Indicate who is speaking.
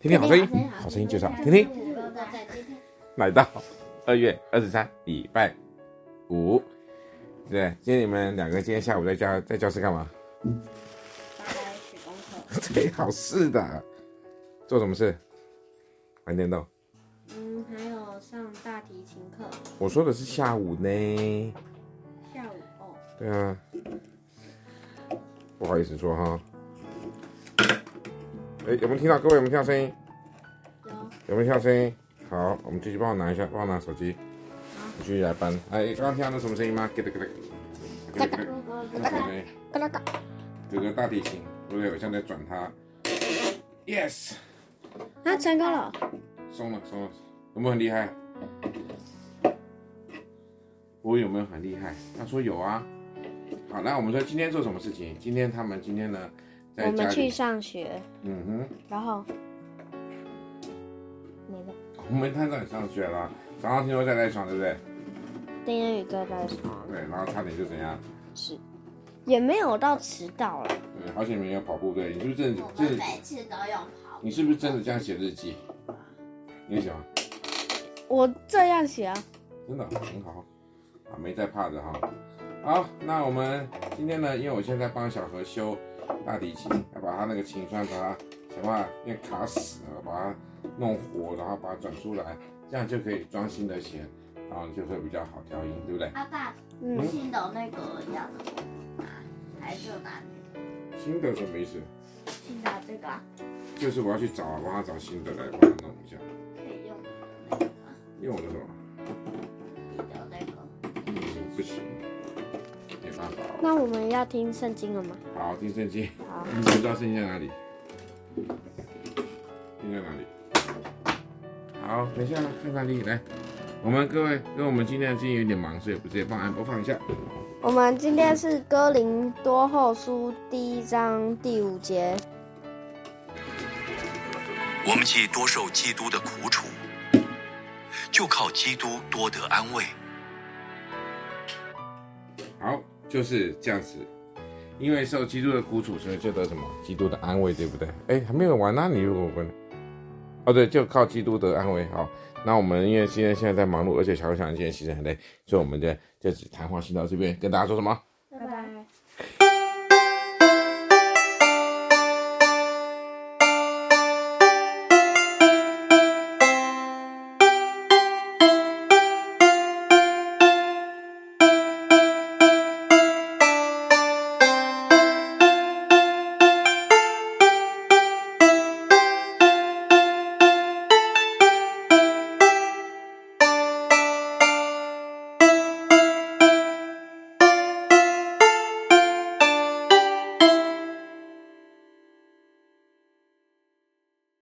Speaker 1: 听听好声音，嗯
Speaker 2: 听听好声音
Speaker 1: 好声音介绍，听听来到二月二十三礼拜五，对，今天你们两个今天下午在家在教室干嘛？
Speaker 2: 取功课。
Speaker 1: 最好是的，做什么事？玩电动。
Speaker 2: 嗯，还有上大提琴课，
Speaker 1: 我说的是下午呢。
Speaker 2: 下午哦，
Speaker 1: 对啊，不好意思说哈。哎，有没有听到？各位有没有听到声音？
Speaker 2: 有
Speaker 1: 有没有听到声音？好，我们继续帮我拿一下，帮我拿手机。你继续来搬。哎，刚刚听到那什么声音吗？咯噔咯噔，咯噔咯噔，那什么声音？
Speaker 3: 嘎啦嘎，
Speaker 1: 这个大提琴，对不对？我现在转它。Yes，
Speaker 3: 啊，成功了！
Speaker 1: 松了松了，有没有很厉害？我有没有很厉害？他说有啊。好，那我们说今天做什么事情？今天他们今天呢，在
Speaker 3: 我
Speaker 1: 家
Speaker 3: 们去
Speaker 1: 里，
Speaker 3: 上学，
Speaker 1: 嗯哼。
Speaker 3: 然后没了。
Speaker 1: 我们探长上学了，早上听说在赖床，对不对？
Speaker 3: 丁恩宇哥在床
Speaker 1: 对，然后差点就怎样？
Speaker 3: 是，也没有到迟到了。
Speaker 1: 对，好久没有跑步，对你是不是真的
Speaker 2: 我
Speaker 1: 真
Speaker 2: 们
Speaker 1: 的？
Speaker 2: 每次都用跑
Speaker 1: 你是不是真的这样写日记？你喜欢？
Speaker 3: 我这样写啊，
Speaker 1: 真的很好，啊，没在怕的哈。好，那我们今天呢，因为我现在帮小何修大提琴，要把他那个琴栓把它想办法因为卡死了，把它弄活，然后把它转出来，这样就可以装新的弦，然后就会比较好调音，对不对？
Speaker 2: 阿爸，
Speaker 3: 嗯，
Speaker 2: 新的那个要怎么拿？还是拿
Speaker 1: 新的什么意思？
Speaker 2: 新的这个啊
Speaker 1: 就是我要去找，帮他找新的来帮他弄一下。
Speaker 2: 可以用的那个吗？
Speaker 1: 用我的什么？
Speaker 2: 你的那个
Speaker 1: 嗯，不行，没办法哦。
Speaker 3: 那我们要听圣经了吗？
Speaker 1: 好，听圣经，
Speaker 3: 好，
Speaker 1: 你知道圣经在哪里？圣经在哪里？好，等一下看哪里来。我们各位，因为我们今天的经有点忙，所以不直接帮安播放一下。
Speaker 3: 我们今天是哥林多后书第一章第五节，
Speaker 4: 我们既多受基督的苦楚，就靠基督多得安慰。
Speaker 1: 好，就是这样子。因为受基督的苦楚，所以就得什么？基督的安慰，对不对？哎，还没有完呢、你如果问，哦，对，就靠基督的安慰。好，那我们因为现在现在在忙碌，而且小小想今天其实很累，所以我们就就只谈话先到这边，跟大家说什么？